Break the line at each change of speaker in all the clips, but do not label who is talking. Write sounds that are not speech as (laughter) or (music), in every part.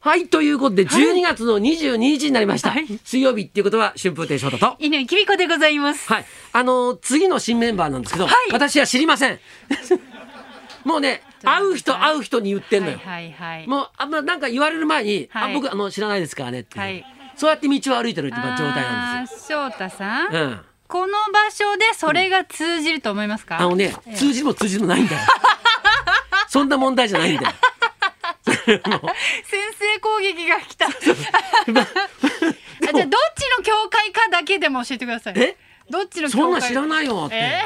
はい、ということで、12月の22日になりました。
はい
水曜日っていうことは、春風亭昇太と。
犬きびこでございます。
はい。あのー次の新メンバーなんですけど、
はい
私は知りま
(laughs)
せん。もうね、会う人会う人に言ってんのよ。
はいはいはい。
もう、あんまなんか言われる前に、
はい
あ僕、あの、知らないですからねって、
はい
そうやって道を歩いてるっていう状態なんで
です翔太さん、
すよ。うん。
この場所でそれが通じると思いますか？
あのね、
ええ
通じも通じもないん
(laughs)
だよ。そんな問題じゃないんだよ。
先制攻撃が来た。あじゃあどっちの教会かだけでも教えてください。 (laughs)
え
どっちの教会？
そんなん知らないよって。
え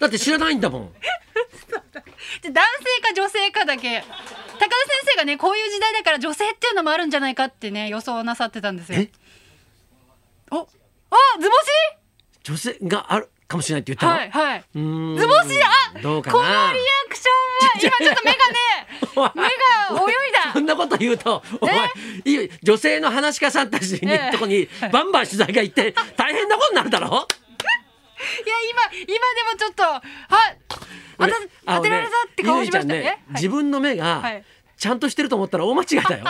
だって知らないんだもん。
じゃあ男性か女性かだけ。高田先生がねこういう時代だから女性っていうのもあるんじゃないかってね予想なさってたんですよ
え。
お、あ図星？
女性があるかもしれないって言ったの、
はいはい。
うーん
図星あ
どうか
このリ
な
アクションは今ちょっと
(laughs)
目がね目が泳
そ
いだ
んなこと言うとお前いいよ女性の話し家さんたちに、
ええ
とこにバンバン取材が行って大変なことになるだ
(laughs)
ろ
いや今今でもちょっとは当た
俺あ
当てられたって顔
俺
しました
乾ちゃんね
ねはい
自分の目
は
が
い
ちゃんとしてると思ったら大間違い
(laughs)
だよ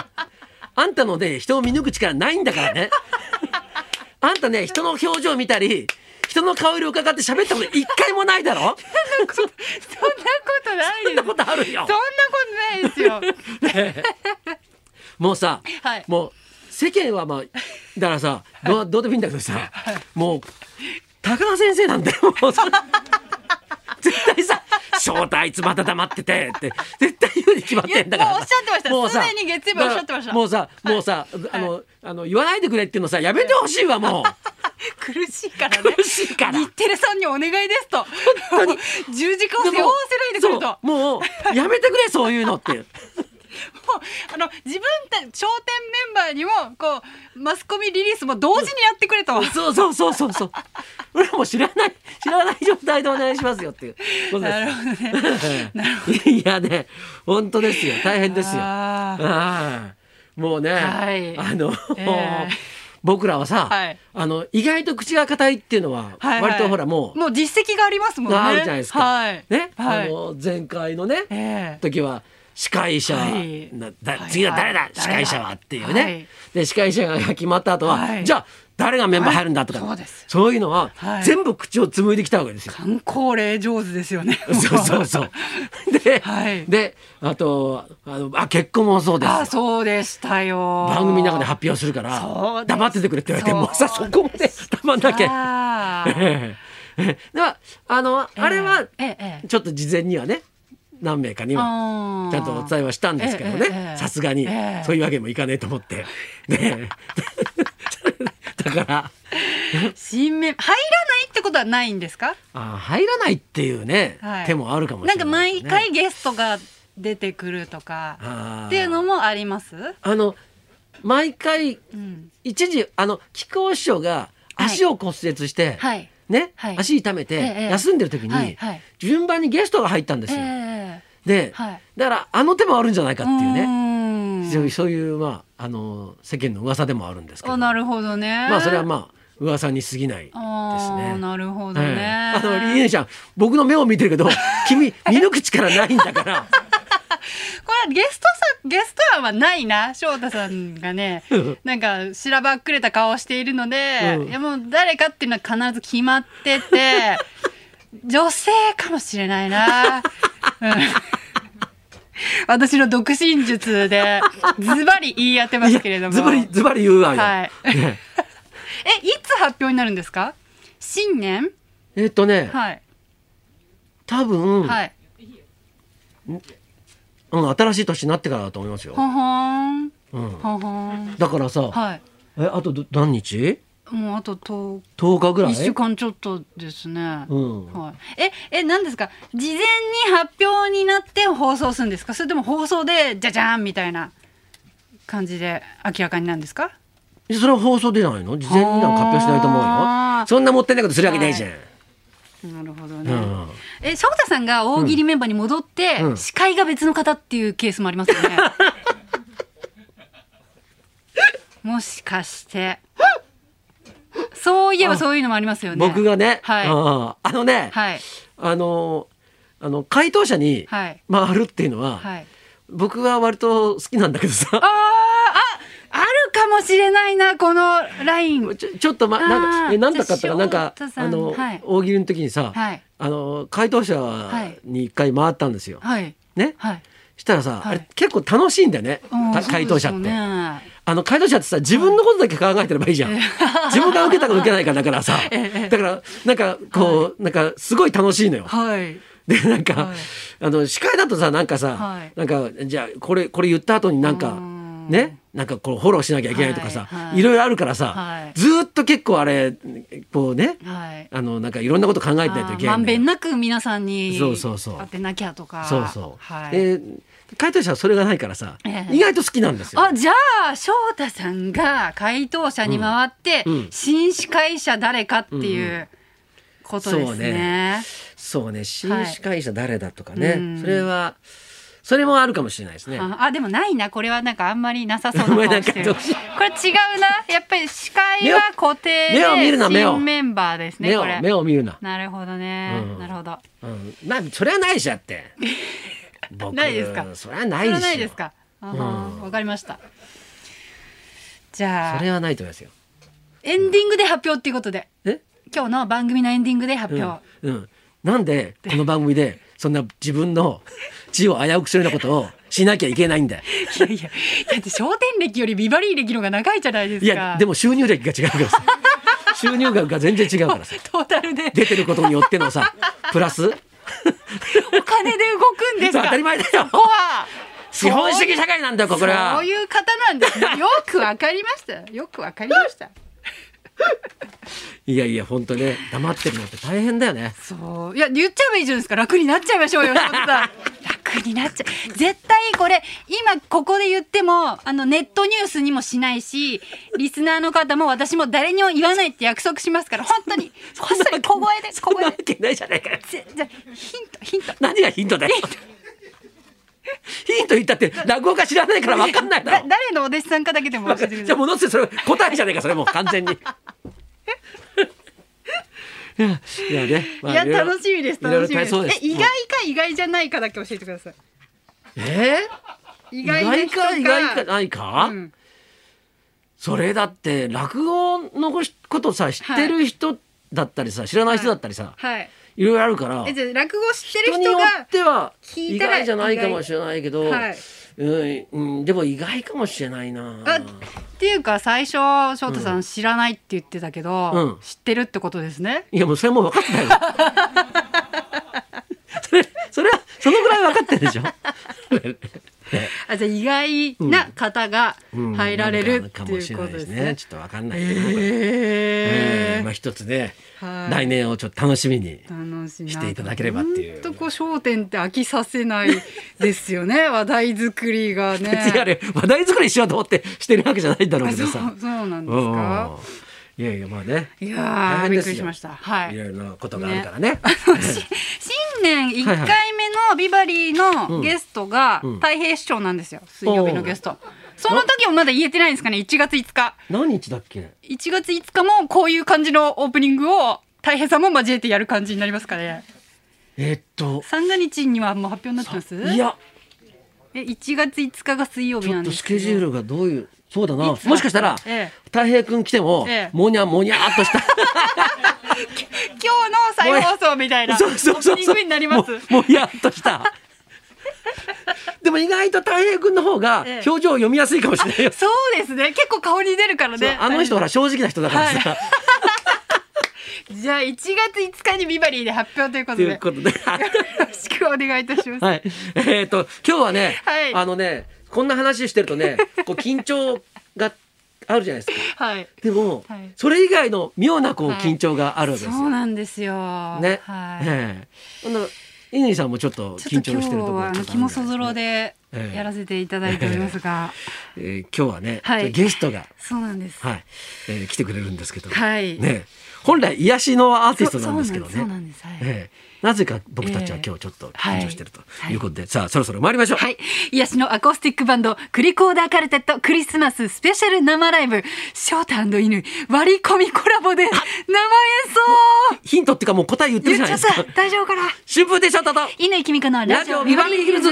あんたのね人を見抜く力ないんだからねあんたね人の表情見たり人の顔色を伺って喋ったこと一回もないだろ
(laughs) そんなことない
そん
です
なことあるよ
そんなことない
(laughs)
ですよ
もうさ、
はい
もう世間はまあだから
(laughs)
さ、どうどうでもいいんだけどさ、もう高田先生なんだよ (laughs) もうそれ絶対さ「正太あいつまた黙ってて」って絶対言うに決まってんだから
いやもうおっしゃってました
もうさ
常に月曜日おっしゃってま
だ
した
からもうさもうさ、あのあの言わないでくれっていうのさやめてほしいわもう。
苦しいからね
苦しいから
日テレさんにお願いですと本
当に
(laughs) 十字架を背負わせないでくれと
そうもうやめてくれそういうのっていう。
もうあの自分たち笑点メンバーにもこうマスコミリリースも同時にやってくれと
そうそうそうそうそう。 (laughs) 俺もう知らない知らない状態でお願いしますよっていうことです。
なるほどね
(laughs) いやね本当ですよ大変ですよ。
あー
あーもうね、
はい
あの、
ええ
僕らはさ、
はい
あの意外と口が硬いっていうのは
はいはい
割とほらもう、
もう実績がありますもんね。
あるじゃないですか。
はい。
ね、
はい
あの前回のね、
ええ
時は司会者、
はい
なだ
はい
次は誰だ、
はい
司会者はっていうね、
はい
で司会者が決まった後は、
はい
じゃあ誰がメンバー入るんだとか、
はいそうです
いうのは、
はい
全部口を紡いできたわけですよ。
観光例上手ですよね。
そうそう
(laughs)
そう。で、
はい
であとあのあ結婚もそうです
ああ、そうでしたよ。
番組の中で発表するか
そう
ら
です
黙っててくれって言われてもうさ
そ
そうこまで黙んなきゃ。
あー
ええではあの、 (laughs) あれは
ええええ
ちょっと事前にはね何名かには
あー
ちゃんとお伝えはしたんですけど
えええ
ね
え
さすがに、
ええ
そういうわけにもいかねえと思って。
(laughs)
ねだから
新メン入らないってことはないんですか？
あ入らないっていうね、
はい
手もあるかもし
な
れ
ん
な
か
い、
毎回ゲストが出てくるとか
っ
っていうのもあります？
あの毎回
うん。
一時あの木久扇師匠が
はい
足を骨折して、
はい。
ね、
はい
足痛めて
ええ
休んでる時に、
はいはい
順番にゲストが入ったんですよ。
え
で、
はい
だからあの手もあるんじゃないかっ
え
ていうね、
ね
そういうそういうまああの世間の噂でもあるんですけど、
あなるほどね。
まあそれはまあ噂に過ぎないですね。
ああ、なるほどね。
ええあのリエちゃん僕の目を見てるけど君見抜く力ないんだ
(laughs)
から。
これはゲストさゲスト案はないな翔太さんがねなんかしらばっくれた顔をしているので、
うん
いやもう誰かっていうのは必ず決まっ
(laughs)
てて女性かもしれないな、うん、私の独身術でズバリ言い当てますけれども
ズバリズバリ言うわよ。
はい
ね
(laughs) えいつ発表になるんですか新年
えっとね、
はい、
多分、
はい
うん、新しい年になってからだと思いますよ。
ほほーん
うん、
ほほーん
だからさ、
はい
えあとど何日
もうあと10
?10 日ぐらい
一週間ちょっとですね。
うん
はい。え、え、なんですか。事前に発表になって放送するんですか。それとも放送でじゃじゃーんみたいな感じで明らかになるんですか。
えそれは放送でじゃないの事前になんか発表しないと思う
あ
よ
ー
そんなもったいないことするわけないじゃん、
なるほどね。
うん
え、翔太さんが大喜利メンバーに戻って、
うん
司会が別の方っていうケースもありますよね。 (laughs) もしかして。そういえばそういうのもありますよね。
僕がね、
はい
あーあのね、
はい
あのーあの回答者に
はい
回るっていうのは、
はい。
僕は割と好きなんだけどさ、
あーあかもしれないなこのライン
ちょちょっとまなん
あ
か
ー
えなんだかったかなん
じゃあ
か
塩田さん
あの、
はい
大喜利の時にさ、
はい
あの回答者に一回回ったんですよ。
はい
ね、
はい
したらさ、
はい
あれ結構楽しいんだよね、
うん
た
そうですよね
回答者って。あの回答者ってさ自分のことだけ考えてればいいじゃん、自分が受けたか受けないかだからさ、
(laughs) ええ
だからなんかこう、なんかすごい楽しいのよ。
はい
でなんか、
はい
あの司会だとさなんかさ、
はい
なんかじゃあこれこれ言った後になんか
うん
ねなんかこうフォローしなきゃいけないとかさ、
はい
い
はい
ろいろあるからさ、
はい
ずーっと結構あれこうね
はい
あのなんかいろんなこと考えてないといけな
ま
いん
ん
だ
べ
よ
んなく皆さんに
そうそうそう
当てなきゃとか
そうそう、
はい、
で回答者はそれがないからさ、
ええ
意外と好きなんですよ。
あじゃあ翔太さんが回答者に回って、
うんうん
新司会者誰かっていうことですね。
そうね新司会者誰だとかね、
はいうん
それはそれもあるかもしれないですね。
ああでもないなこれはなんかあんまりなさそうな
お前
顔
なん
し
か
て
ど
る
うしよ
これ違うなやっぱり司会は固定で
目を見るな目を
新メンバーですね
目
こ
を
れ
目を見るな。
なるほどね、
うん
なるほど
うん、まあそれはないしだって
(laughs)
僕
ないですか
それはな
そ
い
れ
で
は
す
ないですかあはんわかりましたじゃ
そ
あ
れはないと思いますよ
エンディングで発表っていうことで
え、
今日の番組のエンディングで発
う
表、
んうん、なんでこの番組でそんな自分の地位を危うくするようなことをしなきゃいけないんだよ
いやいや、だって商店歴よりビバリー歴の方が長いじゃないですか。
いやで
も
も収入歴が違うからさ収入額が全然違うからさ
トータルで
出てることによってのさプラス
お金で動くんです
そ
か。
う当たり前だよ
そこは
資本主義社会なんだよこれは
そういう方なんですね。よくわかりました。よくわかりました。
いやいや本当ね黙ってるのって大変だよね
そういや言っちゃえばいいじゃないですか。楽になっちゃいましょ
(laughs)
うよ。翔太さん楽になっちゃう。絶対これ今ここで言ってもあのネットニュースにもしないし、リスナーの方も私も誰にも言わないって約束しますから本当にこっそり小声で
そ
小
んな
声
わ (laughs)
で。
けないじゃないかよ
ぜじゃあヒントヒント。
何がヒントだよヒント言ったって落語家知らないから分かんないだろ
だ誰のお弟子さんかだけでも教えてくだ
じ
さ
ゃあ
い。
戻ってそれ答えじゃねえかそれもう完全に。いやいやね、まあ
いや
ろろ
楽しみです
いろいろ
楽しみです
大そうです。
え意外
も
か
う
意外じゃないかだけ教えてください。
え
意
ー、意
外な
外
人
か
か
意外かないか、
うん
それだって落語のことさ知ってる人だったりさ、知らない人だったりさ、
はい。
い、ろいろあるから
えじゃあ落語知ってる
人に
人
よ
が
っては
聞
意
いたら
外じゃないかもしれないけど、
はい
うんうん、でも意外かもしれないな。
あっていうか最初翔太さん知らないって言ってたけど、
うん
知ってるってことですね。
いやもうそれもう分かって
(laughs)
たよ。それそれはそのぐらい分かってるで
(laughs)
しょ。
あじゃあ意外な方が
うん
入られるって
か
い
もし
う
れ
こ
ない
と
で
ですす
ね。
ね。
ちょっと分かんないけど。
え
えー
ー
まあ一つね、
はい
来年をちょっと楽しみに。
楽しいな
していただければっていう
ほんとこう焦点って飽きさせないです
(laughs)
よね話題作りがね。
別にあれ話題作りしようと思ってしてるわけじゃないんだろうけ
そ
ど
う
さ。うん
(laughs) そうなんですか。
いやいやまあね。
いや
大
ー
変
び
で
っく
すよ
りしました。はいい。
ろいろなことがあるからね。
し新年一回目のビバリー
う
の
ん
ゲストが
うん
太平市長なんですよ。水曜日のゲスト。その時もまだ言えてないんですかね。1月5日。
何日だっけ。
1月5日もこういう感じのオープニングを太平さんも交えてやる感じになりますかね。
えーっと。
三が日にはもう発表になってます？
いや
え1月5日が水曜日
ちょ
な
っ
んで
と
す
ス
けど
ケジュールがどういうそうだな。 (laughs) も
い
し
つ
かしたら
(laughs) ええ
太平君来ても
ええ
もにゃもにゃっとした。
今日の再放送みたいなオ
そうそうそうそう
ープニングになります
もうもうやっとした。 (laughs) でも意外と太平君の方が
ええ
表情を読みやすいかもしれないよ。
(laughs) そうです (laughs) ね結構顔に出るから
そう
ね
あの人ほら正直な人だからさ。 (laughs)
じゃあ1月5日にビバリーで発表ということ
と
で
いうことで、
よろしくお願いいたしま
(laughs)
す、
はい。えっ、と今日はね、
はい
あのねこんな話してると
(laughs)
ね、こう緊張があるじゃないですか。
はい
でも、
はい
それ以外の妙なこう
はい
緊張があるわけ
そ
ですよ。
うなんですよ
ね。
はい
ええ。ほんなら乾さんもちょっと
ち
緊
ょっと
張
今
し
日
てるところ
はあ
ちょ
の
っとあるんじゃないですかね
肝そぞろで
ええ
やらせていただいておりますが、
えー今日はね、
はい
ゲストが
そうなんです
はい、えー来てくれるんですけど、
はい
ね、本来癒しのアーティスト
そ
なんですけど
そうな
ね。
んですそうなんですはい、
ええなぜか僕たちは今日ちょっと緊張してると
はい
いうことで、さあそろそろ参りましょう。
はい、癒しのアコースティックバンドクリコーダーカルテットクリスマススペシャル生ライブショータ犬割り込みコラボで生演奏
ヒントっていうかもう答え言ってるじ
言
ゃな
っち
い
ゃ
で
っ
すか
た。大丈夫かな
春風亭昇太と
犬井君子のラジオビバリーヒルズ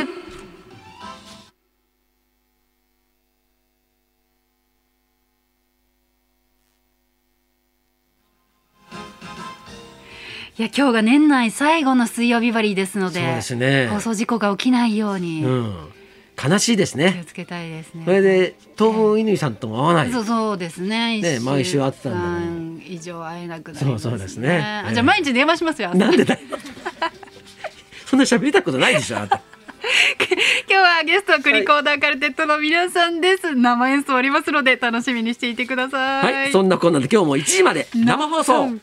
いや今日が年内最後の水曜日バリーですので
そうですね
放送事故が起きないように
うん、悲しいです
気を
ね。
つけたいですね。
それで東方乾さんとも会わない。
そうそうですね。
ね
一週
毎週会ってたん
間以上会えなくなります、
そ
ね。
うそうですね
あじゃあ毎日電話しますよ。朝
なんでだよ。 (laughs) そんな喋りたことないでしょ。あなた
(laughs) 今日はゲストはクリコーダーカルテットの皆さんです、生演奏ありますので楽しみにしていてください。
はい、そんなこんなで今日も1時まで生放送。